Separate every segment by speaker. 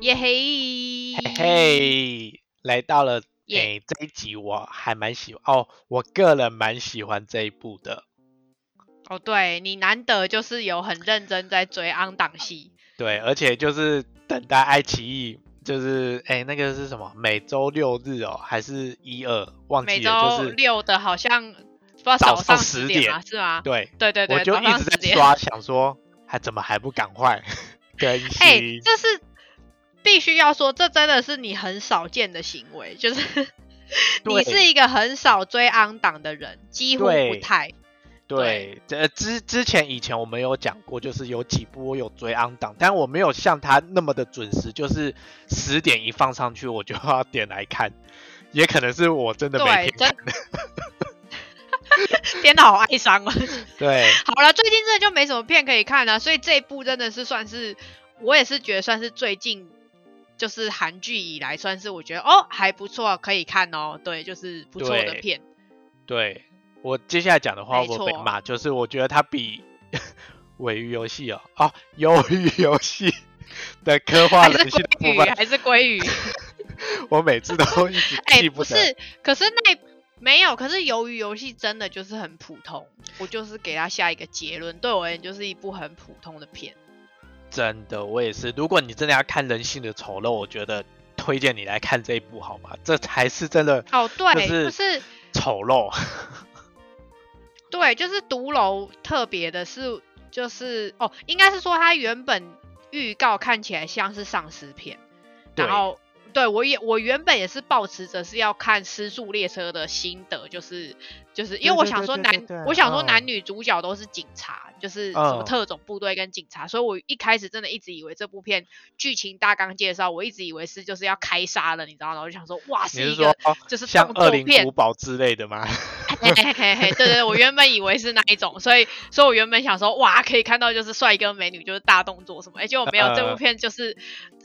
Speaker 1: 耶嘿，
Speaker 2: 嘿嘿，来到了
Speaker 1: 耶
Speaker 2: 诶、这一集我还蛮喜欢哦，我个人蛮喜欢这一部的。
Speaker 1: 哦，对你难得就是有很认真在追昂档戏，
Speaker 2: 对，而且就是等待爱奇艺，就是诶、那个是什么？每周六日哦，还是一二？忘
Speaker 1: 每
Speaker 2: 记
Speaker 1: 周
Speaker 2: 了，就是
Speaker 1: 六的好像不知道
Speaker 2: 早
Speaker 1: 上
Speaker 2: 上10
Speaker 1: 点啊
Speaker 2: 点
Speaker 1: 嘛，是吗？
Speaker 2: 对，
Speaker 1: 对对对，
Speaker 2: 我就
Speaker 1: 早
Speaker 2: 一
Speaker 1: 上
Speaker 2: 直
Speaker 1: 10
Speaker 2: 在
Speaker 1: 点。
Speaker 2: 刷，想说还怎么还不赶快 更新？
Speaker 1: 哎、这是必须要说，这真的是你很少见的行为，就是 你
Speaker 2: 对
Speaker 1: 是一个很少追昂档的人，几乎不
Speaker 2: 对
Speaker 1: 太。
Speaker 2: 对，这之之前以前我们有讲过，就是有几部我有追 on 档，但我没有像他那么的准时，就是十点一放上去我就要点来看，也可能是我真的
Speaker 1: 对，
Speaker 2: 没听。
Speaker 1: 真 天哪，好哀伤哦。
Speaker 2: 对
Speaker 1: 好了，最近真的就没什么片可以看了，所以这一部真的是算是，我也是觉得算是最近就是韩剧以来，算是我觉得哦还不错，可以看哦，对，就是不错的
Speaker 2: 对
Speaker 1: 片。
Speaker 2: 对，我接下来讲的话
Speaker 1: 没
Speaker 2: 我被
Speaker 1: 错
Speaker 2: 骂，就是我觉得它比 尾鱼游戏哦，哦，鱿鱼游戏的刻画
Speaker 1: 还是啊
Speaker 2: 人性的部
Speaker 1: 鲑鱼，
Speaker 2: 分，
Speaker 1: 还是鲑 鱼？
Speaker 2: 我每次都一直
Speaker 1: 哎、
Speaker 2: 记
Speaker 1: 不
Speaker 2: 得。
Speaker 1: 是，可是那没有，可是鱿鱼游戏真的就是很普通，我就是给它下一个结论，对我而言就是一部很普通的片。
Speaker 2: 真的，我也是。如果你真的要看人性的丑陋，我觉得推荐你来看这一部好吗？这才是真的
Speaker 1: 哦，对，
Speaker 2: 就是
Speaker 1: 不是
Speaker 2: 丑陋。
Speaker 1: 对，就是独楼特别的是，就是哦，应该是说它原本预告看起来像是丧尸片，然
Speaker 2: 对
Speaker 1: 后对我也我原本也是抱持着是要看《失速列车》的心得，就是就是因为
Speaker 2: 对
Speaker 1: 我
Speaker 2: 对
Speaker 1: 想
Speaker 2: 对
Speaker 1: 说
Speaker 2: 对
Speaker 1: 男，
Speaker 2: 对对
Speaker 1: 我想说男
Speaker 2: 嗯
Speaker 1: 女主角都是警察，就是什么
Speaker 2: 嗯
Speaker 1: 特种部队跟警察，所以我一开始真的一直以为这部片剧情大纲介绍，我一直以为是就是要开杀了，你知道吗？然后我就想说，哇，
Speaker 2: 你
Speaker 1: 是
Speaker 2: 是
Speaker 1: 一个
Speaker 2: 说
Speaker 1: 就是
Speaker 2: 像
Speaker 1: 动
Speaker 2: 《恶
Speaker 1: 作
Speaker 2: 灵
Speaker 1: 片
Speaker 2: 古堡》之类的吗？
Speaker 1: 嘿嘿嘿嘿，对对，我原本以为是那一种，所以，所以我原本想说，哇，可以看到就是帅哥美女，就是大动作什么，哎、结果没有，这部
Speaker 2: 呃
Speaker 1: 片就是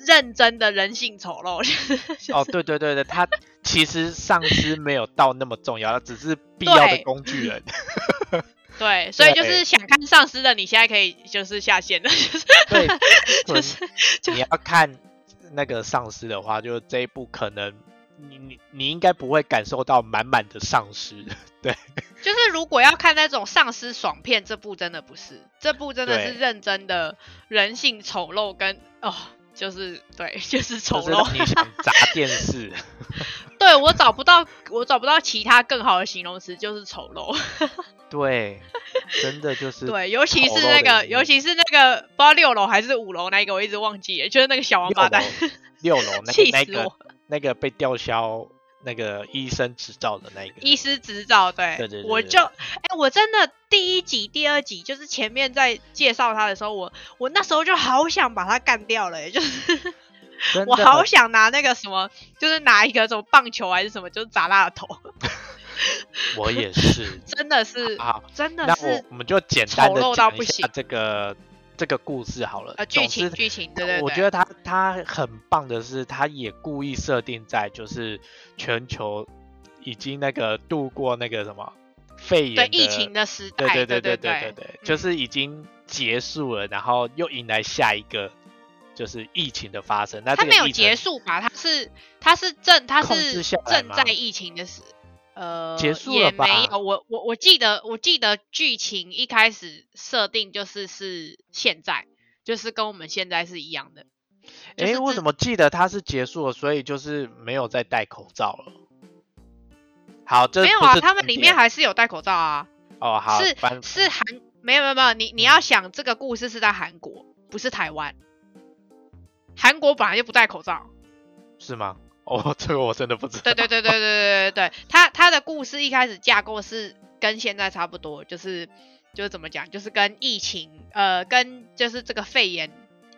Speaker 1: 认真的人性丑陋， 就是
Speaker 2: 哦，对对对对，他其实丧尸没有到那么重要，他只是必要的
Speaker 1: 对
Speaker 2: 工具人。
Speaker 1: 对，所以就是
Speaker 2: 对
Speaker 1: 想看丧尸的，你现在可以就是下线 了，就是
Speaker 2: 对，
Speaker 1: 就
Speaker 2: 就是
Speaker 1: 就
Speaker 2: 你要看那个丧尸的话，就是这一部可能你你你应该不会感受到满满的丧尸。
Speaker 1: 就是如果要看那种丧尸爽片，这部真的不是，这部真的
Speaker 2: 对
Speaker 1: 是认真的人性丑陋跟哦，就是对，就是丑
Speaker 2: 就是
Speaker 1: 陋
Speaker 2: 让，你想砸电视，
Speaker 1: 对我找不到，我找不到其他更好的形容词，就是丑陋。
Speaker 2: 对，真 的就是
Speaker 1: 对，尤其
Speaker 2: 丑
Speaker 1: 是
Speaker 2: 陋
Speaker 1: 那
Speaker 2: 的
Speaker 1: 个，
Speaker 2: 一
Speaker 1: 尤
Speaker 2: 面
Speaker 1: 其是那个，不知道六楼还是五楼那一个，我一直忘记了，就是那个小王八蛋，
Speaker 2: 六楼六楼那
Speaker 1: 气
Speaker 2: 个
Speaker 1: 死
Speaker 2: 那
Speaker 1: 我
Speaker 2: 个那个被吊销那个医生执照的那个
Speaker 1: 医师执照，对，
Speaker 2: 对对对
Speaker 1: 我
Speaker 2: 对
Speaker 1: 就，哎、我真的第一集、第二集，就是前面在介绍他的时候，我我那时候就好想把他干掉了、哎就是
Speaker 2: 真
Speaker 1: 我
Speaker 2: 的
Speaker 1: 好想拿那个什么，就是拿一个什么棒球还是什么，就是砸他的头，
Speaker 2: 我 也是
Speaker 1: 真的是，
Speaker 2: 好，
Speaker 1: 真的
Speaker 2: 那我
Speaker 1: 是，
Speaker 2: 我们就简单
Speaker 1: 丑
Speaker 2: 的
Speaker 1: 陋到
Speaker 2: 讲
Speaker 1: 不
Speaker 2: 一
Speaker 1: 行
Speaker 2: 下这个这个故事好了
Speaker 1: 呃，。剧
Speaker 2: 总
Speaker 1: 情
Speaker 2: 之，
Speaker 1: 剧情，对对对，
Speaker 2: 我觉得他他很棒的是，他也故意设定在就是全球已经那个度过那个什么肺炎
Speaker 1: 对
Speaker 2: 的
Speaker 1: 疫情的时代，
Speaker 2: 对对
Speaker 1: 对
Speaker 2: 对对
Speaker 1: 对
Speaker 2: 对对对，就
Speaker 1: 嗯
Speaker 2: 是已经结束了，然后又迎来下一个就是疫情的发生。那
Speaker 1: 它
Speaker 2: 这
Speaker 1: 没
Speaker 2: 个
Speaker 1: 有
Speaker 2: 疫
Speaker 1: 结
Speaker 2: 情
Speaker 1: 束吧？它是它是正它
Speaker 2: 控
Speaker 1: 是
Speaker 2: 制下来
Speaker 1: 正
Speaker 2: 吗
Speaker 1: 在疫情的时，呃，
Speaker 2: 结束
Speaker 1: 也
Speaker 2: 了吧
Speaker 1: 没有。我我我记得我记得剧情一开始设定就是是现在，就是跟我们现在是一样的。就
Speaker 2: 诶，
Speaker 1: 是
Speaker 2: 我
Speaker 1: 这
Speaker 2: 怎么记得它是结束了，所以就是没有再戴口罩了。好，这
Speaker 1: 没有
Speaker 2: 不
Speaker 1: 啊？
Speaker 2: 是
Speaker 1: 他们
Speaker 2: 重
Speaker 1: 里面
Speaker 2: 点
Speaker 1: 还是有戴口罩啊，
Speaker 2: 哦，好，
Speaker 1: 是
Speaker 2: 反
Speaker 1: 是韩没有没有没有，你你要
Speaker 2: 嗯
Speaker 1: 想这个故事是在韩国，不是台湾。韩国本来就不戴口罩。
Speaker 2: 是吗？哦，这个我真的不知
Speaker 1: 对
Speaker 2: 道。
Speaker 1: 对对对对对对对，他他的故事一开始架构是跟现在差不多，就是就是怎么讲，就是跟疫情呃跟就是这个肺炎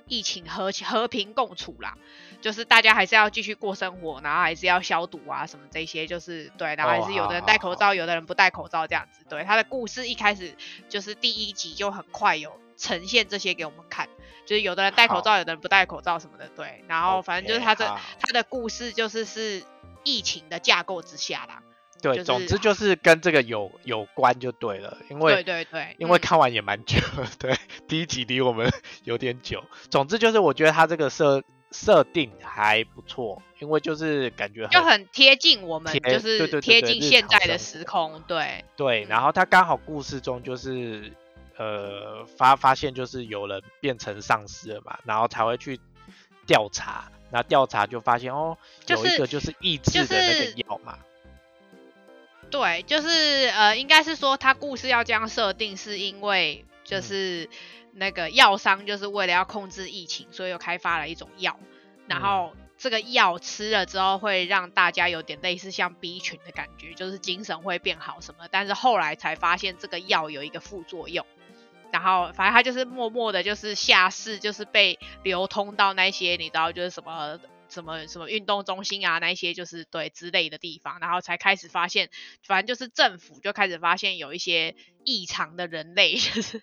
Speaker 1: 疫情和和平共处啦，就是大家还是要继续过生活，然后还是要消毒啊什么这些，就是对，然后还是有的人戴口罩，有的人不戴口罩这样子。对，他的故事一开始就是第一集就很快有呈现这些给我们看。就是有的人戴口
Speaker 2: 好
Speaker 1: 罩，有的人不戴口罩什么的，对。然后哦反正就是
Speaker 2: OK，
Speaker 1: 他这
Speaker 2: 好
Speaker 1: 他的故事就是是疫情的架构之下啦。
Speaker 2: 对，
Speaker 1: 就
Speaker 2: 总
Speaker 1: 是
Speaker 2: 之就是跟这个有有关就对了，因为
Speaker 1: 对对对，
Speaker 2: 因为
Speaker 1: 嗯
Speaker 2: 看完也 蛮久，对，第一集离我们有点久。总之就是，我觉得他这个设设定还不错，因为就是感觉
Speaker 1: 就很贴近我们，
Speaker 2: 贴
Speaker 1: 就
Speaker 2: 对
Speaker 1: 是
Speaker 2: 对对
Speaker 1: 贴
Speaker 2: 对
Speaker 1: 近
Speaker 2: 日
Speaker 1: 现在
Speaker 2: 常生
Speaker 1: 的
Speaker 2: 活
Speaker 1: 时空，对，
Speaker 2: 对，
Speaker 1: 嗯
Speaker 2: 然后他刚好故事中就是呃发发现就是有人变成丧尸了嘛，然后才会去调查，那调查就发现哦，
Speaker 1: 就
Speaker 2: 有
Speaker 1: 是
Speaker 2: 一个就是抑制的那
Speaker 1: 就是
Speaker 2: 个药嘛，
Speaker 1: 对，就是呃，应该是说他故事要这样设定，是因为就
Speaker 2: 嗯
Speaker 1: 是那个药商就是为了要控制疫情，所以又开发了一种药，然
Speaker 2: 嗯
Speaker 1: 后这个药吃了之后会让大家有点类似像 B 群的感觉，就是精神会变好什么，但是后来才发现这个药有一个副作用。然后，反正他就是默默的，就是下市，就是被流通到那些你知道，就是什么什么什么运动中心啊，那一些就是对之类的地方，然后才开始发现反正就是政府就开始发现有一些异常的人类， 就是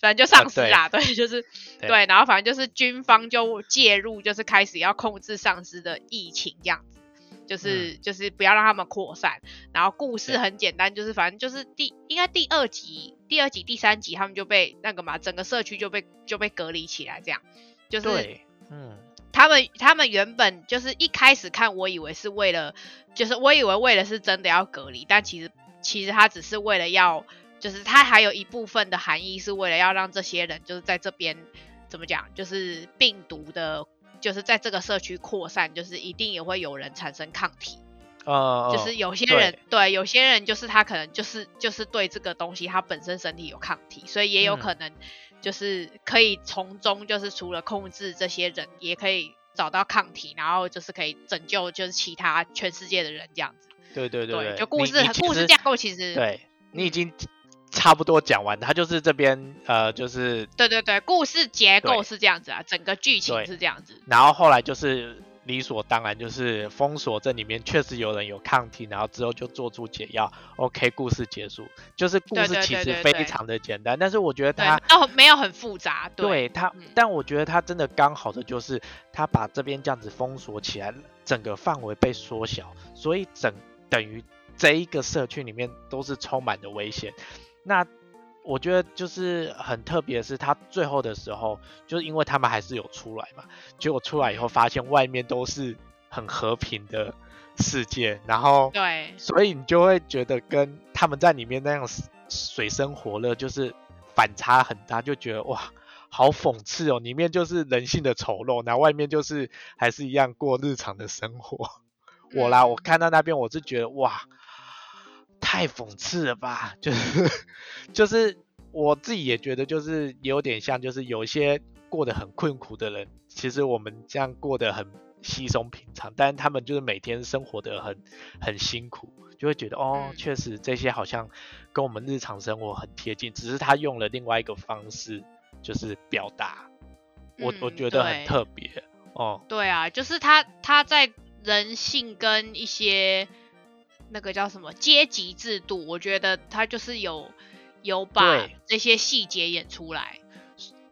Speaker 1: 反正就丧尸啦，对，就是
Speaker 2: 对
Speaker 1: 对，然后反正就是军方就介入，就是开始要控制丧尸的疫情这样子，就是、就是不要让他们扩散。然后故事
Speaker 2: 对
Speaker 1: 很简单，就是反正就是第应该第二集、第二集、第三集他们就被那个嘛，整个社区就被就被隔离起来这样。就是
Speaker 2: 对，嗯，
Speaker 1: 他们他们原本就是一开始看，我以为是为了，就是我以为为了是真的要隔离，但其实其实他只是为了要，就是他还有一部分的含义是为了要让这些人就是在这边怎么讲，就是病毒的，就是在这个社区扩散，就是一定也会有人产生抗体。
Speaker 2: 呃，
Speaker 1: 就是有些
Speaker 2: 对
Speaker 1: 人对有些人就是他可能就是就是对这个东西他本身身体有抗体，所以也有
Speaker 2: 嗯
Speaker 1: 可能就是可以从中就是除了控制这些人，也可以找到抗体，然后就是可以拯救就是其他全世界的人这样子。
Speaker 2: 对对对
Speaker 1: 就故
Speaker 2: 你
Speaker 1: 事
Speaker 2: 你
Speaker 1: 很
Speaker 2: 其
Speaker 1: 故事
Speaker 2: 实
Speaker 1: 架构其实
Speaker 2: 对你已经差不多讲完，他就是这边呃就是，
Speaker 1: 对对对，故事结构
Speaker 2: 对
Speaker 1: 是这样子啊，整个剧情
Speaker 2: 对
Speaker 1: 是这样子。
Speaker 2: 然后后来就是理所当然就是封锁这里面确实有人有抗体，然后之后就做出解药，OK，故事结束，就是故
Speaker 1: 对
Speaker 2: 事
Speaker 1: 对
Speaker 2: 其
Speaker 1: 对
Speaker 2: 实
Speaker 1: 对
Speaker 2: 非
Speaker 1: 对
Speaker 2: 常的简单，但是我觉得
Speaker 1: 对
Speaker 2: 他，
Speaker 1: 哦，没有很复杂，对
Speaker 2: 对他
Speaker 1: 嗯，
Speaker 2: 但我觉得他真的刚好的就是他把这边这样子封锁起来，整个范围被缩小，所以整等于这一个社区里面都是充满了危险。那我觉得就是很特别的是，他最后的时候，就是因为他们还是有出来嘛，结果出来以后发现外面都是很和平的世界，然后
Speaker 1: 对
Speaker 2: 所以你就会觉得跟他们在里面那样水水深火热，就是反差很大，就觉得哇，好讽刺哦！里面就是人性的丑陋，然后外面就是还是一样过日常的生活。我啦，
Speaker 1: 嗯
Speaker 2: 我看到那边我是觉得哇，太讽刺了吧！就是就是我自己也觉得，就是有点像，就是有一些过得很困苦的人，其实我们这样过得很稀松平常，但是他们就是每天生活得很很辛苦，就会觉得哦
Speaker 1: 嗯，
Speaker 2: 确实这些好像跟我们日常生活很贴近，只是他用了另外一个方式，就是表达，我我
Speaker 1: 嗯
Speaker 2: 觉得很
Speaker 1: 对
Speaker 2: 特别哦。
Speaker 1: 对啊，就是他他在人性跟一些那个叫什么阶级制度，我觉得他就是有有把
Speaker 2: 对
Speaker 1: 这些细节演出来。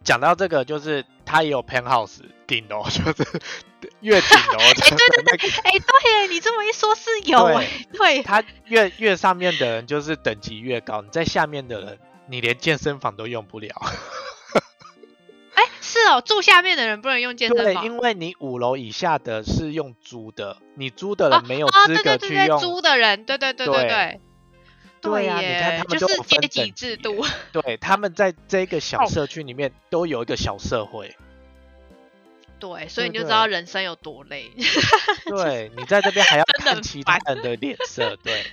Speaker 2: 讲到这个，就是他也有 penthouse 顶楼， 就是越顶楼 的、那个，
Speaker 1: 哎、对耶，你这么一说，是有
Speaker 2: 对
Speaker 1: 哎，对
Speaker 2: 他越越上面的人就是等级越高，你在下面的人，你连健身房都用不了。
Speaker 1: 哎、是哦，住下面的人不能用健身
Speaker 2: 对，
Speaker 1: 房。
Speaker 2: 因为你五楼以下的是用租的，你租的
Speaker 1: 啊
Speaker 2: 人没有
Speaker 1: 啊，
Speaker 2: 资
Speaker 1: 对
Speaker 2: 格
Speaker 1: 对
Speaker 2: 去
Speaker 1: 对
Speaker 2: 用。
Speaker 1: 对，租的人，对对对对
Speaker 2: 对
Speaker 1: 对，
Speaker 2: 对呀、你看
Speaker 1: 耶
Speaker 2: 他，们
Speaker 1: 就
Speaker 2: 都
Speaker 1: 是
Speaker 2: 有
Speaker 1: 阶
Speaker 2: 分
Speaker 1: 级
Speaker 2: 等
Speaker 1: 制
Speaker 2: 级
Speaker 1: 度
Speaker 2: 耶，对，他们在这个
Speaker 1: 哦
Speaker 2: 小社区里面都有一个小社会。
Speaker 1: 对，所以你
Speaker 2: 对
Speaker 1: 就知
Speaker 2: 对
Speaker 1: 道人生有多累。
Speaker 2: 对你在这边还要
Speaker 1: 真的很
Speaker 2: 看其他人的脸 色，对。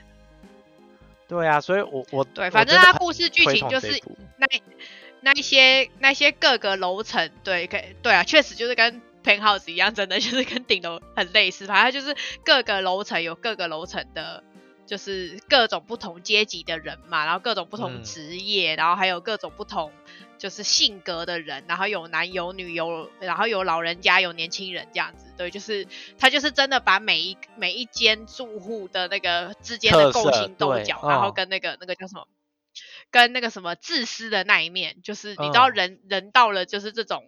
Speaker 2: 对啊，所以我我
Speaker 1: 对，
Speaker 2: 我
Speaker 1: 反正
Speaker 2: 真的
Speaker 1: 它
Speaker 2: 很
Speaker 1: 故事剧
Speaker 2: 推
Speaker 1: 情
Speaker 2: 崇
Speaker 1: 就
Speaker 2: 这
Speaker 1: 是
Speaker 2: 一部
Speaker 1: 那那一些那一些各个楼层，对，可对啊，确实就是跟 penthouse 一样，真的就是跟顶楼很类似。反正它就是各个楼层有各个楼层的，就是各种不同阶级的人嘛，然后各种不同
Speaker 2: 嗯
Speaker 1: 职业，然后还有各种不同就是性格的人，然后有男有女有，然后有老人家有年轻人这样子。对，就是他就是真的把每一每一间住户的那个之间的
Speaker 2: 特
Speaker 1: 勾
Speaker 2: 色
Speaker 1: 心斗
Speaker 2: 对
Speaker 1: 角，然后
Speaker 2: 嗯
Speaker 1: 跟那个、那个叫什么？跟那个什么自私的那一面，就是你知
Speaker 2: 嗯
Speaker 1: 道人、人到了就是这种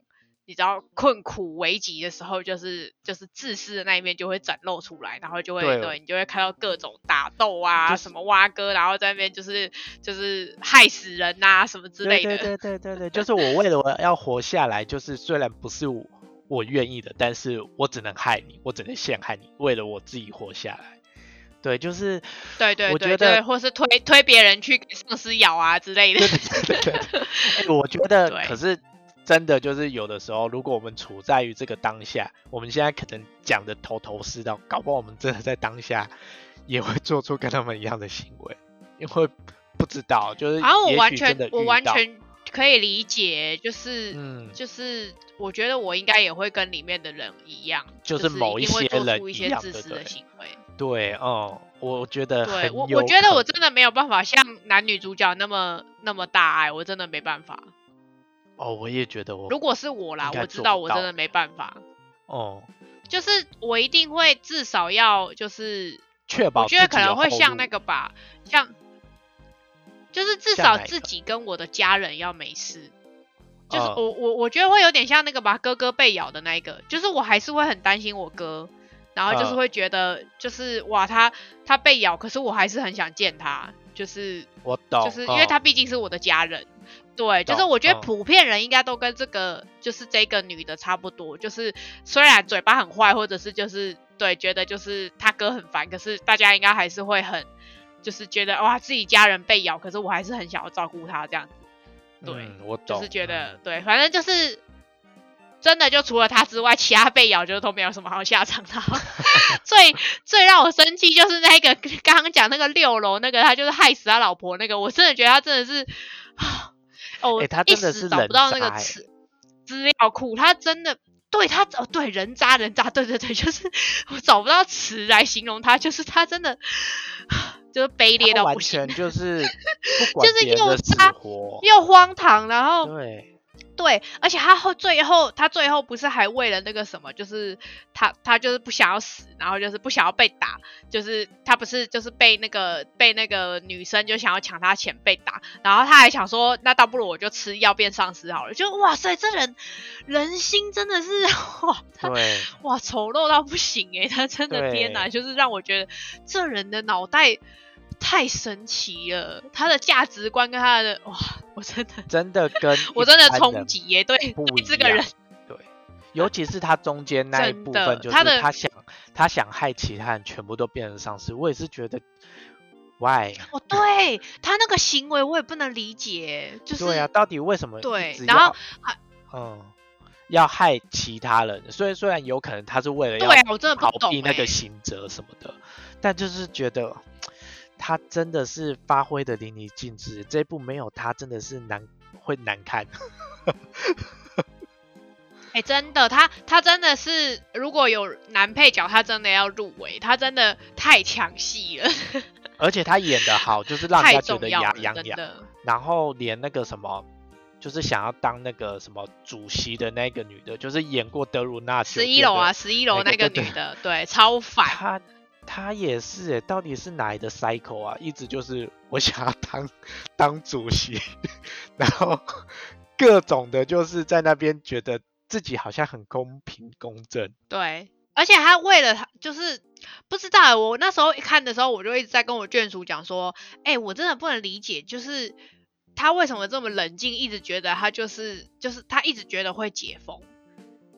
Speaker 1: 你知道困苦危急的时候，就是就是自私的那一面就会展露出来，然后就会对
Speaker 2: 对
Speaker 1: 你就会看到各种打斗啊，
Speaker 2: 就是
Speaker 1: 什么挖哥，然后在那边就是就是害死人呐、啊、什么之类的，
Speaker 2: 对对对对对对，就是我为了我要活下来，就是虽然不是我我愿意的，但是我只能害你，我只能陷害你，为了我自己活下来。对，就是
Speaker 1: 对对
Speaker 2: 我
Speaker 1: 对
Speaker 2: 觉
Speaker 1: 对，
Speaker 2: 得
Speaker 1: 或是推推别人去给上司咬啊之 类的。
Speaker 2: 对对 对哎我觉得
Speaker 1: 对
Speaker 2: 可是真的就是有的时候，如果我们处在于这个当下，我们现在可能讲的头头是道，搞不好我们真的在当下也会做出跟他们一样的行为，因为不知道，就是
Speaker 1: 然后我
Speaker 2: 也
Speaker 1: 完
Speaker 2: 许
Speaker 1: 全
Speaker 2: 真的
Speaker 1: 我
Speaker 2: 遇
Speaker 1: 完
Speaker 2: 到
Speaker 1: 全可以理解，就是、
Speaker 2: 嗯，
Speaker 1: 就是我觉得我应该也会跟里面的人一样，
Speaker 2: 就
Speaker 1: 就是
Speaker 2: 某
Speaker 1: 一
Speaker 2: 一
Speaker 1: 定会
Speaker 2: 些
Speaker 1: 做
Speaker 2: 人
Speaker 1: 出一
Speaker 2: 一
Speaker 1: 些
Speaker 2: 样
Speaker 1: 自
Speaker 2: 的
Speaker 1: 私的
Speaker 2: 对
Speaker 1: 行为。
Speaker 2: 对，嗯，我觉得
Speaker 1: 对
Speaker 2: 很
Speaker 1: 我，
Speaker 2: 有
Speaker 1: 我觉得
Speaker 2: 可
Speaker 1: 我真的没有办法像男女主角那么那么大爱，我真的没办法。
Speaker 2: 哦，我也觉得我
Speaker 1: 如果是我啦
Speaker 2: 应，该
Speaker 1: 我知
Speaker 2: 做
Speaker 1: 道
Speaker 2: 不
Speaker 1: 我
Speaker 2: 到
Speaker 1: 真的没办法，
Speaker 2: 哦，
Speaker 1: 就是我一定会至少要就是
Speaker 2: 确保
Speaker 1: 我觉得
Speaker 2: 自己
Speaker 1: 可能
Speaker 2: 有
Speaker 1: 会
Speaker 2: 后
Speaker 1: 像
Speaker 2: 路
Speaker 1: 那个吧，像就是至
Speaker 2: 像
Speaker 1: 少
Speaker 2: 哪一
Speaker 1: 自
Speaker 2: 个
Speaker 1: 己跟我的家人要没事。就是
Speaker 2: 哦
Speaker 1: 我我我觉得会有点像那个吧，哥哥被咬的那一个，就是我还是会很担心我哥，然后就是
Speaker 2: 嗯
Speaker 1: 会觉得就是哇他他被咬，可是我还是很想见他，就是
Speaker 2: 我懂，
Speaker 1: 就是因为
Speaker 2: 嗯
Speaker 1: 他毕竟是我的家人。对，就是
Speaker 2: 懂
Speaker 1: 我觉得
Speaker 2: 嗯
Speaker 1: 普遍人应该都跟这个、就是这个女的差不多，就是虽然嘴巴很坏，或者是就是对觉得就是他哥很烦，可是大家应该还是会很就是觉得哇自己家人被咬，可是我还是很想要照顾他这样子，对
Speaker 2: 嗯我懂，
Speaker 1: 就是觉得、
Speaker 2: 嗯
Speaker 1: 对，反正就是。真的就除了他之外，其他被咬就都没有什么好下场的。然后 最最让我生气就是那个刚刚讲那个六楼那个，他就是害死他老婆那个，我真的觉得他真的是，啊哦，我
Speaker 2: 欸他
Speaker 1: 一
Speaker 2: 真的
Speaker 1: 时
Speaker 2: 是
Speaker 1: 找
Speaker 2: 人
Speaker 1: 不到那
Speaker 2: 渣
Speaker 1: 个
Speaker 2: 欸
Speaker 1: 词资料库，他真的对他哦对人渣人渣，对对对，就是 我找不到词来形容他，就是他真的 就是卑劣
Speaker 2: 他
Speaker 1: 到
Speaker 2: 完
Speaker 1: 不
Speaker 2: 全
Speaker 1: 行，
Speaker 2: 就是 不管
Speaker 1: 是
Speaker 2: 别人
Speaker 1: 又
Speaker 2: 的死
Speaker 1: 渣
Speaker 2: 活，
Speaker 1: 又荒唐，然后
Speaker 2: 对，
Speaker 1: 对，而且他后最后他最后不是还为了那个什么，就是他他就是不想要死，然后就是不想要被打，就是他不是就是被那个被那个女生就想要抢他钱被打，然后他还想说，那倒不如我就吃药变丧尸好了，就哇塞，这人人心真的是哇，他
Speaker 2: 对，
Speaker 1: 哇丑陋到不行诶、他真的天哪，
Speaker 2: 对
Speaker 1: 就是让我觉得这人的脑袋太神奇了，他的价值观跟他的哇，我真的。
Speaker 2: 真的跟
Speaker 1: 我
Speaker 2: 一
Speaker 1: 真的
Speaker 2: 般
Speaker 1: 冲
Speaker 2: 人
Speaker 1: 击耶，对
Speaker 2: 不
Speaker 1: 对
Speaker 2: 一
Speaker 1: 这个
Speaker 2: 样
Speaker 1: 人，
Speaker 2: 对，尤其是他中间那一
Speaker 1: 真
Speaker 2: 部
Speaker 1: 的
Speaker 2: 分，就是
Speaker 1: 他的
Speaker 2: 他想他想害其他人全部都变成丧尸，我也是觉得，why？
Speaker 1: 哦，对他那个行为我也不能理解，就是
Speaker 2: 对啊，到底为什么一
Speaker 1: 对
Speaker 2: 直
Speaker 1: 然后
Speaker 2: 要嗯要害其他人？虽然虽然有可能他是为了
Speaker 1: 对
Speaker 2: 要
Speaker 1: 啊我真的不
Speaker 2: 逃
Speaker 1: 懂
Speaker 2: 避那
Speaker 1: 欸
Speaker 2: 个刑责什么的，但就是觉得他真的是发挥的淋漓尽致，这一部没有他真的是难会难看。
Speaker 1: 哎、真的，他他真的是如果有男配角，他真的要入围，他真的太抢戏了，
Speaker 2: 而且他演的好，就是让人
Speaker 1: 太
Speaker 2: 家觉
Speaker 1: 重
Speaker 2: 得
Speaker 1: 要
Speaker 2: 牙
Speaker 1: 了，
Speaker 2: 痒
Speaker 1: 真
Speaker 2: 痒。
Speaker 1: 的。
Speaker 2: 然后连那个什么，就是想要当那个什么主席的那个女的，就是演过德鲁纳酒
Speaker 1: 十一
Speaker 2: 店
Speaker 1: 楼
Speaker 2: 的
Speaker 1: 啊，，十一楼
Speaker 2: 那
Speaker 1: 那
Speaker 2: 个
Speaker 1: 个
Speaker 2: 哎对对
Speaker 1: 女的，对，超烦。
Speaker 2: 她她也是、欸，到底是哪来的 cycle 啊？一直就是我想要当当主席，然后 各种的，就是在那边觉得自己好像很公平公正。
Speaker 1: 对，而且他为了他就是不知道欸，我那时候一看的时候，我就一直在跟我眷属讲说，哎、我真的不能理解，就是他为什么这么冷静，一直觉得他就是就是他一直觉得会解封，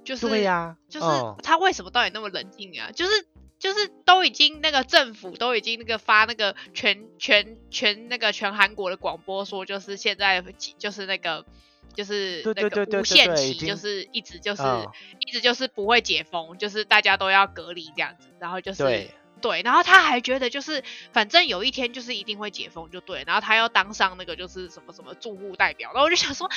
Speaker 1: 就是
Speaker 2: 对呀、
Speaker 1: 就是
Speaker 2: 嗯
Speaker 1: 他为什么到底那么冷静啊？就是就是都已经那个政府都已经那个发那个全全全那个全韩国的广播说，就是现在就是那个就是
Speaker 2: 对
Speaker 1: 那
Speaker 2: 对对
Speaker 1: 个
Speaker 2: 对
Speaker 1: 无
Speaker 2: 对
Speaker 1: 限
Speaker 2: 对已
Speaker 1: 期，就
Speaker 2: 经
Speaker 1: 是一直就是、
Speaker 2: 嗯
Speaker 1: 一直就是不会解封，就是大家都要隔离这样子，然后就是
Speaker 2: 对。
Speaker 1: 对，然后他还觉得就是反正有一天就是一定会解封就对，然后他要当上那个就是什么什么住户代表，然后我就想说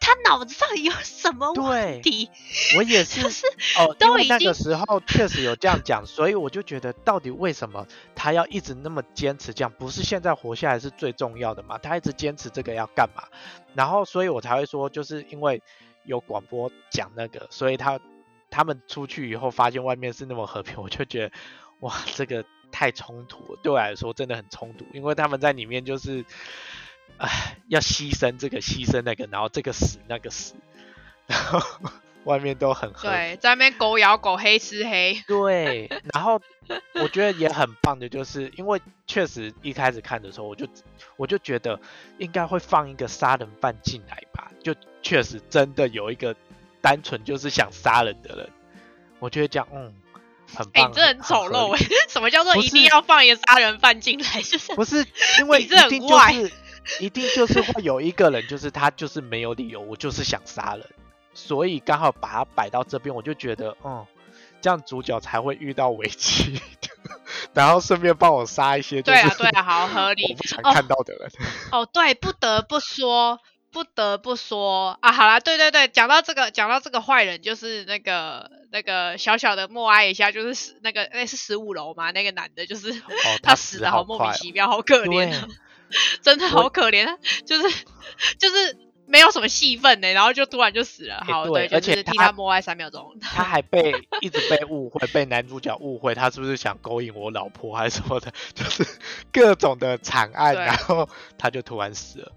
Speaker 1: 他脑子上有什么问
Speaker 2: 对
Speaker 1: 题？
Speaker 2: 我也是，
Speaker 1: 就是
Speaker 2: 哦，因
Speaker 1: 都
Speaker 2: 为
Speaker 1: 已
Speaker 2: 那个
Speaker 1: 经
Speaker 2: 时候确实有这样讲， 所以我就觉得到底为什么他要一直那么坚持这样？不是现在活下来是最重要的嘛？他一直坚持这个要干嘛？然后，所以我才会说，就是因为有广播讲那个，所以他他们出去以后发现外面是那么和平，我 就觉得哇，这个太冲突了，对我来说真的很冲突，因为他们在里面就是。唉，要牺牲这个，牺牲那个，然后这个死那个死， 然后外面都很和平
Speaker 1: 对，在那边狗咬狗，黑吃黑。
Speaker 2: 对，然后我觉得也很棒的，就是因为确实一开始看的时候，我就我就觉得应该会放一个杀人犯进来吧，就确实真的有一个单纯就是想杀人的人，我就会讲，嗯，很
Speaker 1: 哎、
Speaker 2: 棒。
Speaker 1: 你这很丑
Speaker 2: 合理
Speaker 1: 陋哎、什么叫做
Speaker 2: 不
Speaker 1: 一定
Speaker 2: 是
Speaker 1: 要放一个杀人犯进来？就是
Speaker 2: 不是因为
Speaker 1: 你
Speaker 2: 一
Speaker 1: 这很
Speaker 2: 定就
Speaker 1: 怪
Speaker 2: 是一定就是会有一个人，就是他就是没有理由，我就是想杀人，所以刚好把他摆到这边，我就觉得，嗯，这样主角才会遇到危机，然后顺便帮我杀一些就
Speaker 1: 对
Speaker 2: 是
Speaker 1: 啊，对啊，好合
Speaker 2: 我
Speaker 1: 理。
Speaker 2: 不想
Speaker 1: 哦
Speaker 2: 看到的人。
Speaker 1: 哦，对，不得不说，不得不说啊，好啦，对对对，讲到这个，讲到这个坏人，就是那个那个小小的默哀一下，就是十那个那是十五楼嘛，那个男的，就是
Speaker 2: 他
Speaker 1: 死
Speaker 2: 死得
Speaker 1: 的
Speaker 2: 好
Speaker 1: 莫名
Speaker 2: 快哦
Speaker 1: 其妙，好可
Speaker 2: 对
Speaker 1: 怜啊，真的好可怜啊，就是就是没有什么戏份呢，然后就突然就死了，
Speaker 2: 哎
Speaker 1: 好，
Speaker 2: 对
Speaker 1: 就
Speaker 2: 而且
Speaker 1: 是替
Speaker 2: 他
Speaker 1: 他默哀三秒钟，
Speaker 2: 他还被一直被误会，被男主角误会，他是不是想勾引我老婆还是什么的，就是各种的惨案，
Speaker 1: 对
Speaker 2: 然后他就突然死了。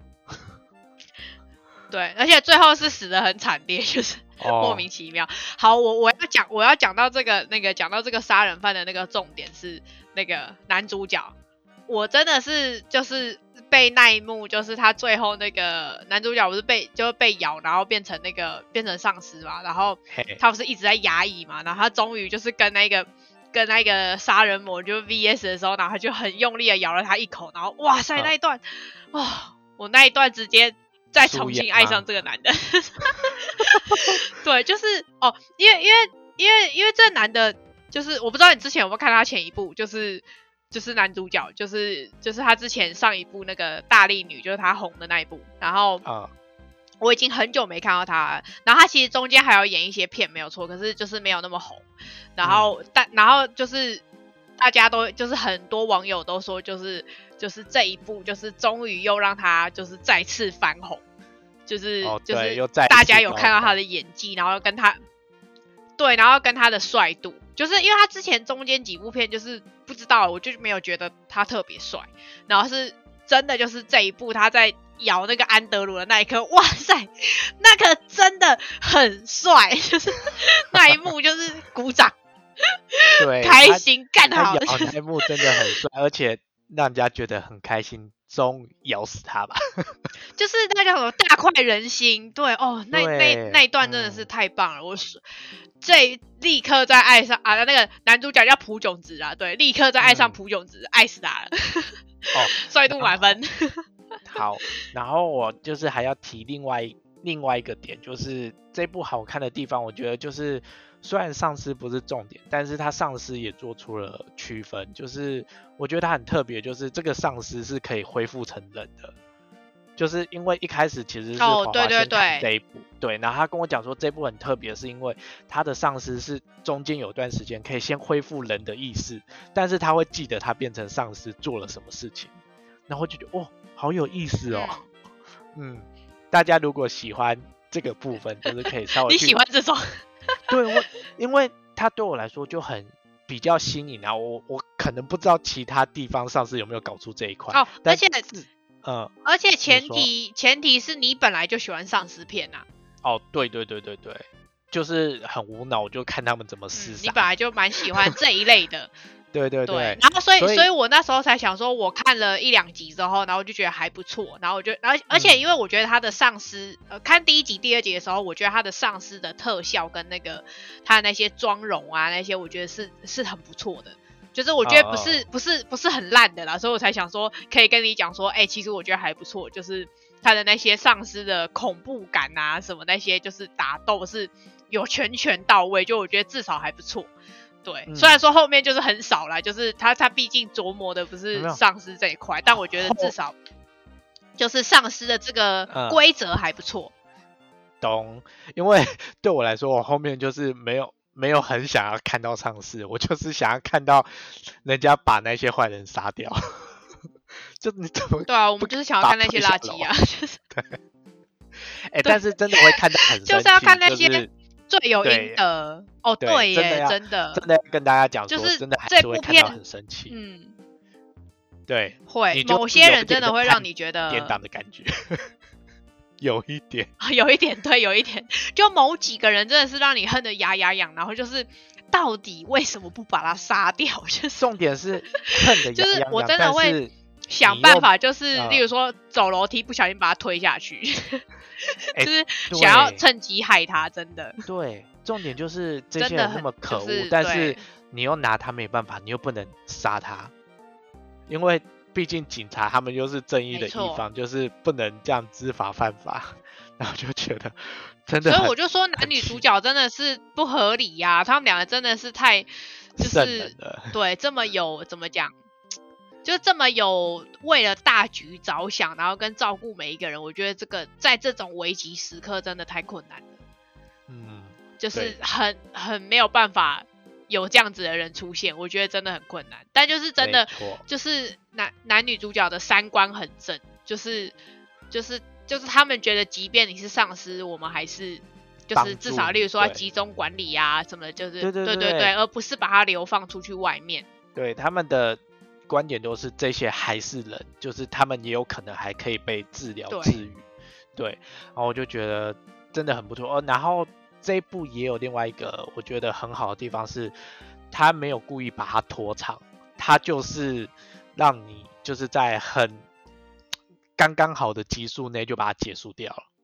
Speaker 1: 对，而且最后是死的很惨烈，就是。
Speaker 2: 哦，
Speaker 1: 莫名其妙。好，我我要讲，我要讲到这个那个讲到这个杀人犯的那个重点是那个男主角，我真的是就是被那一幕，就是他最后那个男主角不是被就是被咬，然后变成那个变成丧尸嘛，然后
Speaker 2: 嘿，
Speaker 1: 他不是一直在压抑嘛，然后他终于就是跟那个。跟那个杀人魔就是 VS 的时候，然后他就很用力的咬了他一口，然后哇塞
Speaker 2: 嗯
Speaker 1: 那一段，哇、我那一段直接再
Speaker 2: 素
Speaker 1: 重
Speaker 2: 颜
Speaker 1: 新爱
Speaker 2: 吗
Speaker 1: 上这个男的。 对，就是哦，因为因为因为因为这男的，就是我不知道你之前有没有看他前一部，就是就是男主角，就是就是他之前上一部那个大力女，就是他红的那一部，然后
Speaker 2: 啊、
Speaker 1: 我已经很久没看到他了，然后他其实中间还有演一些片，没有错，可是就是没有那么红。然后、但然后就是大家都就是很多网友都说，就是就是这一部就是终于又让他就是再次翻红，就是、
Speaker 2: 哦
Speaker 1: 就
Speaker 2: 对
Speaker 1: 是
Speaker 2: 又再一
Speaker 1: 大
Speaker 2: 次
Speaker 1: 家有
Speaker 2: 高
Speaker 1: 看到他
Speaker 2: 峰
Speaker 1: 的演技，然后跟他对，然后跟他的帅度，就是因为他之前中间几部片就是不知道，我就没有觉得他特别帅，然后是真的就是这一部他在咬那个安德鲁的那一刻，哇塞，那个真的很帅，就是 那一幕就是鼓掌
Speaker 2: 对，
Speaker 1: 开
Speaker 2: 他
Speaker 1: 心干
Speaker 2: 他
Speaker 1: 好
Speaker 2: 咬
Speaker 1: 了，就是
Speaker 2: 那一幕真的很帅，而且让人家觉得很开心，终于咬死他吧。
Speaker 1: 就是那叫什么大快人心，对哦，那
Speaker 2: 对
Speaker 1: 那那一段真的是
Speaker 2: 嗯
Speaker 1: 太棒了，我是这立刻在爱上啊，那个男主角叫朴炯植啊，对，立刻在爱上
Speaker 2: 嗯
Speaker 1: 朴炯植，爱死他了，
Speaker 2: 哦，
Speaker 1: 帅度满分，
Speaker 2: 好，然后我就是还要提另外一另外一个点，就是这部好看的地方，我觉得就是虽然丧尸不是重点，但是它丧尸也做出了区分，就是我觉得它很特别，就是这个丧尸是可以恢复成人的。就是因为一开始其实是
Speaker 1: 哦
Speaker 2: 华华
Speaker 1: 对对
Speaker 2: 先看
Speaker 1: 对
Speaker 2: 这一部，对，然后他跟我讲说这部很特别，是因为他的丧尸是中间有段时间可以先恢复人的意识，但是他会记得他变成丧尸做了什么事情，然后就觉得哦，好有意思哦。 嗯，大家如果喜欢这个部分，就是可以稍微
Speaker 1: 你
Speaker 2: 去
Speaker 1: 喜欢这种？
Speaker 2: 对我，因为它对我来说就很比较新颖啊。我我可能不知道其他地方上次有没有搞出这一块。
Speaker 1: 哦，而
Speaker 2: 但
Speaker 1: 且
Speaker 2: 是嗯，
Speaker 1: 而且前
Speaker 2: 说
Speaker 1: 提前提是你本来就喜欢丧尸片啊，
Speaker 2: 哦，对对对对对，就是很无脑，就看他们怎么厮
Speaker 1: 嗯，
Speaker 2: 杀。
Speaker 1: 你本来就蛮喜欢这一类的，
Speaker 2: 对对
Speaker 1: 对
Speaker 2: 对，
Speaker 1: 然后所以
Speaker 2: 所以
Speaker 1: 所以我那时候才想说，我看了一两集之后，然后我就觉得还不错，然后我就而而且
Speaker 2: 嗯
Speaker 1: 因为我觉得他的丧尸，呃，看第一集、第二集的时候，我觉得他的丧尸的特效跟那个他的那些妆容啊那些，我觉得是是很不错的。就是我觉得
Speaker 2: 哦
Speaker 1: 不是、不是不是很烂的啦，所以我才想说可以跟你讲说，哎、其实我觉得还不错，就是他的那些丧尸的恐怖感啊，什么那些就是打斗是有拳拳到位，就我觉得至少还不错。对，
Speaker 2: 嗯
Speaker 1: 虽然说后面就是很少啦，就是他他毕竟琢磨的不
Speaker 2: 有没
Speaker 1: 是
Speaker 2: 有
Speaker 1: 丧尸这一块，但我觉得至少就是丧尸的这个
Speaker 2: 嗯
Speaker 1: 规则还不错。
Speaker 2: 懂。因为对我来说，我后面就是没有。没有很想要看到上市，我就是想要看到人家把那些坏人杀掉。 就你怎么
Speaker 1: 对啊，我们
Speaker 2: 不
Speaker 1: 就是想要看那些
Speaker 2: 把
Speaker 1: 垃
Speaker 2: 推下
Speaker 1: 圾
Speaker 2: 楼
Speaker 1: 啊，
Speaker 2: 啊
Speaker 1: 就是
Speaker 2: 哎、但是真的会看到很
Speaker 1: 就是
Speaker 2: 生
Speaker 1: 要
Speaker 2: 气
Speaker 1: 看那
Speaker 2: 就
Speaker 1: 些
Speaker 2: 是
Speaker 1: 罪有
Speaker 2: 对
Speaker 1: 应得。哦，对
Speaker 2: 对真的
Speaker 1: 耶，
Speaker 2: 要
Speaker 1: 真的，
Speaker 2: 真的要跟大家讲
Speaker 1: 呃就
Speaker 2: 说，
Speaker 1: 是
Speaker 2: 真的还
Speaker 1: 这
Speaker 2: 是会
Speaker 1: 部
Speaker 2: 看到
Speaker 1: 片
Speaker 2: 很生气。
Speaker 1: 嗯，
Speaker 2: 对，
Speaker 1: 会
Speaker 2: 你就
Speaker 1: 某
Speaker 2: 是
Speaker 1: 些
Speaker 2: 有
Speaker 1: 人
Speaker 2: 一
Speaker 1: 真
Speaker 2: 点
Speaker 1: 的
Speaker 2: 在
Speaker 1: 会
Speaker 2: 看
Speaker 1: 让你觉得
Speaker 2: 颠倒 的感觉，有一点。
Speaker 1: 有一点对，有一点，就某几个人真的是让你恨得牙痒痒，然后就是到底为什么不把他杀掉？就是
Speaker 2: 重点是恨的
Speaker 1: 就是
Speaker 2: 痒痒
Speaker 1: 我
Speaker 2: 痒
Speaker 1: 真的
Speaker 2: 但
Speaker 1: 会
Speaker 2: 是
Speaker 1: 想
Speaker 2: 你
Speaker 1: 办
Speaker 2: 又
Speaker 1: 法，就是、
Speaker 2: 啊
Speaker 1: 例如说走楼梯不小心把他推下去，
Speaker 2: 哎
Speaker 1: 就是想要
Speaker 2: 对
Speaker 1: 趁机害他，真的。
Speaker 2: 对，重点就是这
Speaker 1: 真
Speaker 2: 些
Speaker 1: 的
Speaker 2: 人那
Speaker 1: 很
Speaker 2: 么
Speaker 1: 就
Speaker 2: 可恶，
Speaker 1: 是
Speaker 2: 但
Speaker 1: 对
Speaker 2: 是你又拿他没办法，你又不能杀他，因为毕竟警察他们又是正义
Speaker 1: 没
Speaker 2: 的一
Speaker 1: 错
Speaker 2: 方，就是不能这样知法犯法。 然后就觉得真的
Speaker 1: 所
Speaker 2: 很，
Speaker 1: 以我就说男
Speaker 2: 很
Speaker 1: 女
Speaker 2: 奇
Speaker 1: 主角真的是不合理呀、他们两个真的是太就
Speaker 2: 圣人
Speaker 1: 是
Speaker 2: 了，
Speaker 1: 对这么有怎么讲，就这么有为了大局着想，然后跟照顾每一个人，我觉得这个在这种危急时刻真的太困难了，
Speaker 2: 嗯，
Speaker 1: 就是
Speaker 2: 对
Speaker 1: 很很没有办法有这样子的人出现，我觉得真的很困难。但就是真
Speaker 2: 没
Speaker 1: 的
Speaker 2: 错
Speaker 1: 就是男男女主角的三观很正，就是就是就是他们觉得，即便你是上司，我们还是就
Speaker 2: 帮
Speaker 1: 是
Speaker 2: 助
Speaker 1: 至少，
Speaker 2: 你
Speaker 1: 例如说要
Speaker 2: 对
Speaker 1: 集中管理啊什么的，就是
Speaker 2: 对对
Speaker 1: 对
Speaker 2: 对
Speaker 1: 而不是把它流放出去外面。
Speaker 2: 对他们的观点都是这些还是人，就是他们也有可能还可以被治疗
Speaker 1: 对
Speaker 2: 治愈。对，然后我就觉得真的很不错。哦，然后这一部也有另外一个我觉得很好的地方是，他没有故意把它拖长，他就是让你就是在很刚刚好的集数内就把它结束掉了。嗯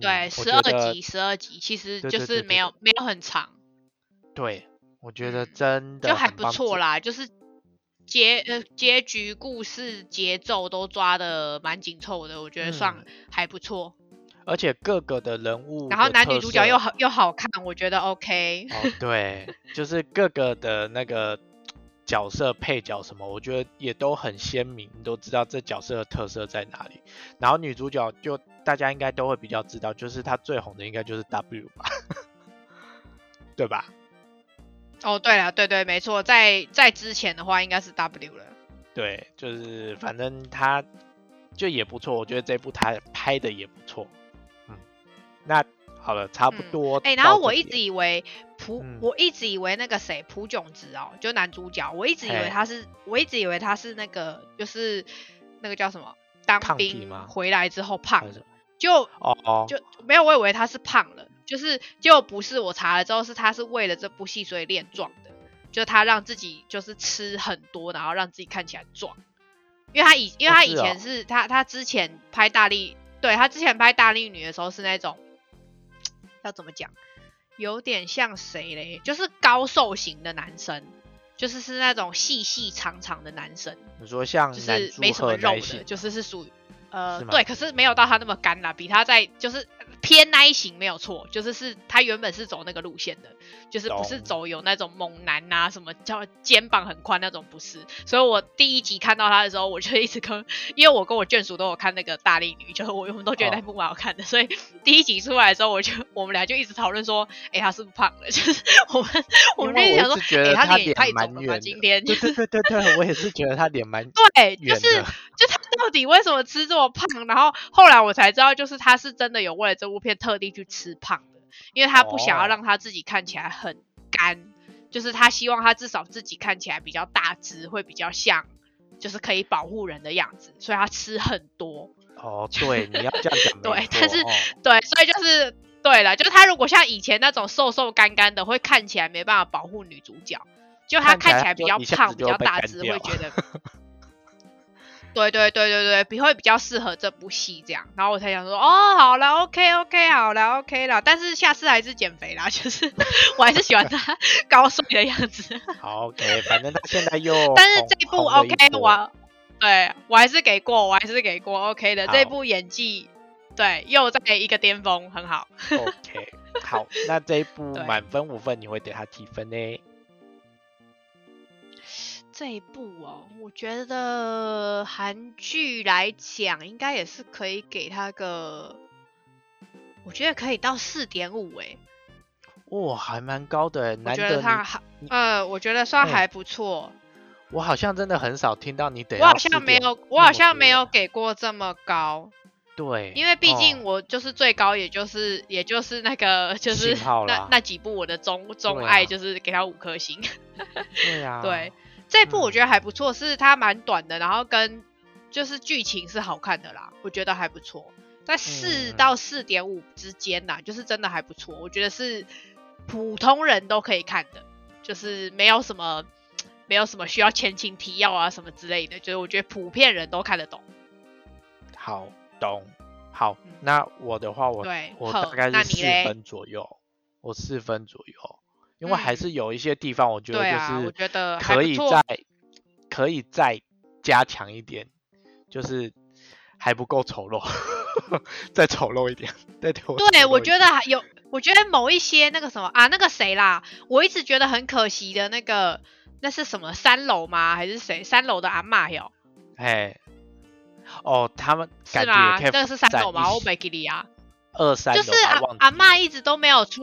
Speaker 1: 对，
Speaker 2: 我
Speaker 1: 十
Speaker 2: 觉
Speaker 1: 二
Speaker 2: 得
Speaker 1: 集，十二集其实
Speaker 2: 对
Speaker 1: 就
Speaker 2: 对
Speaker 1: 是
Speaker 2: 对
Speaker 1: 没
Speaker 2: 对
Speaker 1: 有没有很长，
Speaker 2: 对，我觉得
Speaker 1: 嗯
Speaker 2: 真的
Speaker 1: 就还
Speaker 2: 很
Speaker 1: 不
Speaker 2: 棒
Speaker 1: 错
Speaker 2: 这
Speaker 1: 啦，就是。结呃结局、故事节奏都抓的蛮紧凑的，我觉得算
Speaker 2: 嗯
Speaker 1: 还不错。
Speaker 2: 而且各个的人物，
Speaker 1: 然后男女主角又好又好看，我觉得 OK。
Speaker 2: 哦，对，就是各个的那个角色配角什么，我觉得也都很鲜明，你都知道这角色的特色在哪里。然后女主角就大家应该都会比较知道，就是她最红的应该就是 W 吧， 对吧？
Speaker 1: 哦，对了，对对，没错，在在之前的话应该是 W 了。
Speaker 2: 对，就是反正她就也不错，我觉得这部她拍的也不错。嗯，那好了，差不
Speaker 1: 嗯
Speaker 2: 多到这
Speaker 1: 哎、
Speaker 2: 边。
Speaker 1: 然后我一直以为朴，
Speaker 2: 嗯
Speaker 1: 我一直以为那个谁朴炯植哦，就男主角，我一直以为
Speaker 2: 嘿
Speaker 1: 他是，我一直以为他是那个就是那个叫什么，当
Speaker 2: 胖体
Speaker 1: 兵
Speaker 2: 吗
Speaker 1: 回来之后胖
Speaker 2: 还是
Speaker 1: 了，就
Speaker 2: 哦哦，
Speaker 1: 就没有，我以为他是胖了，就是就不是，我查了之后是他是为了这部戏所以练壮的，就他让自己就是吃很多，然后让自己看起来壮，因为他以因为
Speaker 2: 哦
Speaker 1: 他
Speaker 2: 是
Speaker 1: 以
Speaker 2: 哦
Speaker 1: 前是,、他他之前拍大力，对他之前拍大力女的时候是那种要怎么讲，有点像谁嘞，就是高瘦型的男生，就是是那种细细长长的男生。
Speaker 2: 你说像
Speaker 1: 就
Speaker 2: 男
Speaker 1: 是
Speaker 2: 猪
Speaker 1: 没什么
Speaker 2: 和
Speaker 1: 肉
Speaker 2: 男性
Speaker 1: 的，就是是属于呃
Speaker 2: 是吗
Speaker 1: 对，可是没有到他那么干啦，比他在就是偏那一型没有错，就是是他原本是走那个路线的，就是不是
Speaker 2: 懂
Speaker 1: 走有那种猛男啊什么叫肩膀很宽那种不是，所以我第一集看到他的时候，我就一直跟，因为我跟我眷属都有看那个大力女，就是我我们都觉得
Speaker 2: 哦
Speaker 1: 那部蛮好看的，所以第一集出来的时候，我就我们俩就一直讨论说，哎、他是不是胖了？ 就是我们我
Speaker 2: 因
Speaker 1: 们就一
Speaker 2: 为
Speaker 1: 直想
Speaker 2: 我
Speaker 1: 说
Speaker 2: 一直，觉
Speaker 1: 哎、
Speaker 2: 得
Speaker 1: 他脸也
Speaker 2: 脸
Speaker 1: 太
Speaker 2: 蛮
Speaker 1: 肿了
Speaker 2: 圆
Speaker 1: 吧，
Speaker 2: 的，
Speaker 1: 今 天
Speaker 2: 对对对对对，我也是觉得他脸蛮
Speaker 1: 对，就
Speaker 2: 圆
Speaker 1: 是
Speaker 2: 的。
Speaker 1: 就他到底为什么吃这么胖？然后后来我才知道，就是他是真的有为了这部片特地去吃胖的，因为他不想要
Speaker 2: 哦
Speaker 1: 让他自己看起来很干，就是他希望他至少自己看起来比较大只，会比较像就是可以保护人的样子，所以他吃很多。
Speaker 2: 哦，对，你要这样讲没
Speaker 1: 对
Speaker 2: 错
Speaker 1: 但是
Speaker 2: 哦
Speaker 1: 对，所以就是对了，就是他如果像以前那种瘦瘦干干的，会看起来没办法保护女主角，就他看
Speaker 2: 看
Speaker 1: 起
Speaker 2: 起来
Speaker 1: 来比较
Speaker 2: 他就一下
Speaker 1: 胖、
Speaker 2: 子
Speaker 1: 比
Speaker 2: 就
Speaker 1: 较
Speaker 2: 被
Speaker 1: 大
Speaker 2: 干
Speaker 1: 只，
Speaker 2: 掉
Speaker 1: 会觉得。 对对对对对，比会比较适合这部戏这样，然后我才想说，哦，好了，OK OK，好了，OK 了，但是下次还是减肥啦，就是我还是喜欢他高瘦的样 子，
Speaker 2: 好 OK，反正他现在又
Speaker 1: 但是
Speaker 2: 红
Speaker 1: 这部
Speaker 2: 红了一
Speaker 1: OK，
Speaker 2: 波
Speaker 1: 我对我还是给过，我还是给过 OK 的，这
Speaker 2: 好
Speaker 1: 部演技对又在一个巅峰，很好。
Speaker 2: OK 好，那这一部
Speaker 1: 对
Speaker 2: 满分五分，你会给他几分呢？
Speaker 1: 这一部哦，我觉得韩剧来讲，应该也是可以给他个，我觉得可以到四点五诶，
Speaker 2: 哇，还蛮高的，
Speaker 1: 我
Speaker 2: 难
Speaker 1: 觉
Speaker 2: 得
Speaker 1: 得
Speaker 2: 你
Speaker 1: 他还
Speaker 2: 你
Speaker 1: 呃，我觉得算
Speaker 2: 哎
Speaker 1: 还不错。
Speaker 2: 我好像真的很少听到你得
Speaker 1: 我好
Speaker 2: 到
Speaker 1: 像没有，
Speaker 2: 4.5那
Speaker 1: 我好
Speaker 2: 么
Speaker 1: 像没
Speaker 2: 多
Speaker 1: 有给过这么高，
Speaker 2: 对，
Speaker 1: 因为毕
Speaker 2: 哦
Speaker 1: 竟我就是最高，也就是也就是那个就是
Speaker 2: 信号
Speaker 1: 那
Speaker 2: 啦
Speaker 1: 那几部我的钟钟
Speaker 2: 对
Speaker 1: 爱
Speaker 2: 啊
Speaker 1: 就是给他五颗星。
Speaker 2: 对啊，
Speaker 1: 对，这部我觉得
Speaker 2: 嗯
Speaker 1: 还不错，是它蛮短的，然后跟就是剧情是好看的啦，我觉得还不错，在四
Speaker 2: 嗯
Speaker 1: 到四点五之间呐，就是真的还不错，我觉得是普通人都可以看的，就是没有什么没有什么需要前情提要啊什么之类的，就是我觉得普遍人都看得懂。
Speaker 2: 好，懂。好
Speaker 1: 嗯，
Speaker 2: 那我的话，我
Speaker 1: 对
Speaker 2: 我
Speaker 1: 好
Speaker 2: 大概
Speaker 1: 那
Speaker 2: 是
Speaker 1: 你
Speaker 2: 四
Speaker 1: 嘞
Speaker 2: 分左右，我四分左右，因为还
Speaker 1: 嗯
Speaker 2: 是有一些地方我觉得
Speaker 1: 对啊，我
Speaker 2: 就
Speaker 1: 觉
Speaker 2: 是
Speaker 1: 得还
Speaker 2: 可
Speaker 1: 不
Speaker 2: 以
Speaker 1: 错
Speaker 2: 再可以再加强一点，就是还不够丑陋， 再丑陋一点，再对我
Speaker 1: 对，
Speaker 2: 丑
Speaker 1: 我
Speaker 2: 陋一
Speaker 1: 觉
Speaker 2: 点
Speaker 1: 得还有，我觉得某一些那个什么啊，那个谁啦，我一直觉得很可惜的那个，那是什么三楼吗？还是谁？三楼的阿嬷哟，
Speaker 2: 哎，哦，他们
Speaker 1: 是
Speaker 2: 感
Speaker 1: 吗？
Speaker 2: 觉
Speaker 1: 那
Speaker 2: 也可
Speaker 1: 个
Speaker 2: 以
Speaker 1: 是三楼
Speaker 2: 展
Speaker 1: 吗？
Speaker 2: 一
Speaker 1: 我
Speaker 2: 些
Speaker 1: 没给你啊，
Speaker 2: 二 三
Speaker 1: 就
Speaker 2: 楼
Speaker 1: 是啊阿
Speaker 2: 吧忘
Speaker 1: 阿
Speaker 2: 记
Speaker 1: 嬷一直都没有出，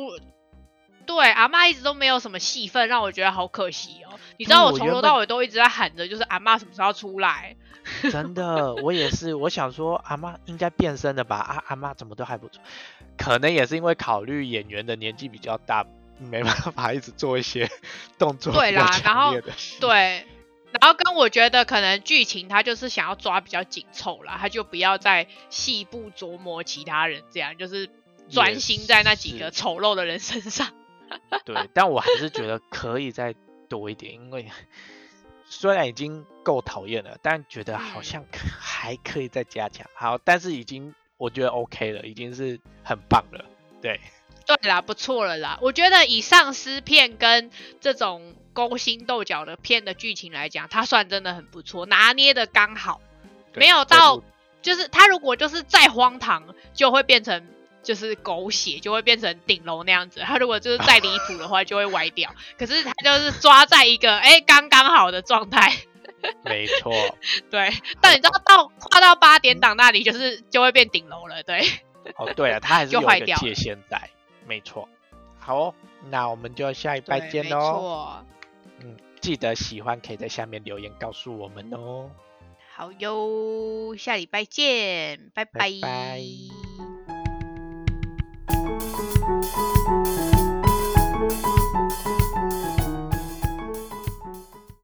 Speaker 1: 对，阿嬷一直都没有什么戏份，让我觉得好可惜哦。你知
Speaker 2: 对
Speaker 1: 道我
Speaker 2: 我
Speaker 1: 从
Speaker 2: 原
Speaker 1: 头
Speaker 2: 本
Speaker 1: 到尾都一直在喊着，就是阿嬷什么时候要出来？
Speaker 2: 真的，我也是，我想说阿妈应该变身了吧？啊，阿妈怎么都还不错，可能也是因为考虑演员的年纪比较大，没办法一直做一些 动作
Speaker 1: 对
Speaker 2: 比较
Speaker 1: 啦然后
Speaker 2: 强烈的戏。
Speaker 1: 对，然后跟我觉得可能剧情他就是想要抓比较紧凑啦，他就不要再细部琢磨其他人，这样就是专
Speaker 2: 也
Speaker 1: 心在那几个
Speaker 2: 是
Speaker 1: 丑陋的人身上。
Speaker 2: 对，但我还是觉得可以再多一点，因为虽然已经够讨厌了，但觉得好
Speaker 1: 嗯
Speaker 2: 像可还可以再加强。好，但是已经我觉得 OK 了，已经是很棒了。
Speaker 1: 对啦，不错了啦。我觉得以丧尸片跟这种勾心斗角的片的剧情来讲，它算真的很不错，拿捏的刚好，
Speaker 2: 对
Speaker 1: 没有
Speaker 2: 这
Speaker 1: 到
Speaker 2: 部
Speaker 1: 就是它如果就是再荒唐，就会变成就是狗血，就会变成顶楼那样子。它如果就是再离谱的话，就会歪掉。可是它就是抓在一个哎刚刚好的状态，
Speaker 2: 没错，
Speaker 1: 对。 但你知道到跨到八点档那里，就是就会变顶楼了，对。
Speaker 2: 哦，对了，它还是
Speaker 1: 就
Speaker 2: 有
Speaker 1: 坏
Speaker 2: 一个
Speaker 1: 掉
Speaker 2: 界
Speaker 1: 了
Speaker 2: 限在，没错。好哦，那我们就下一拜见
Speaker 1: 没
Speaker 2: 喽。
Speaker 1: 错。
Speaker 2: 嗯，记得喜欢可以在下面留言告诉我们哦。
Speaker 1: 好哟，下礼拜见，拜
Speaker 2: 拜拜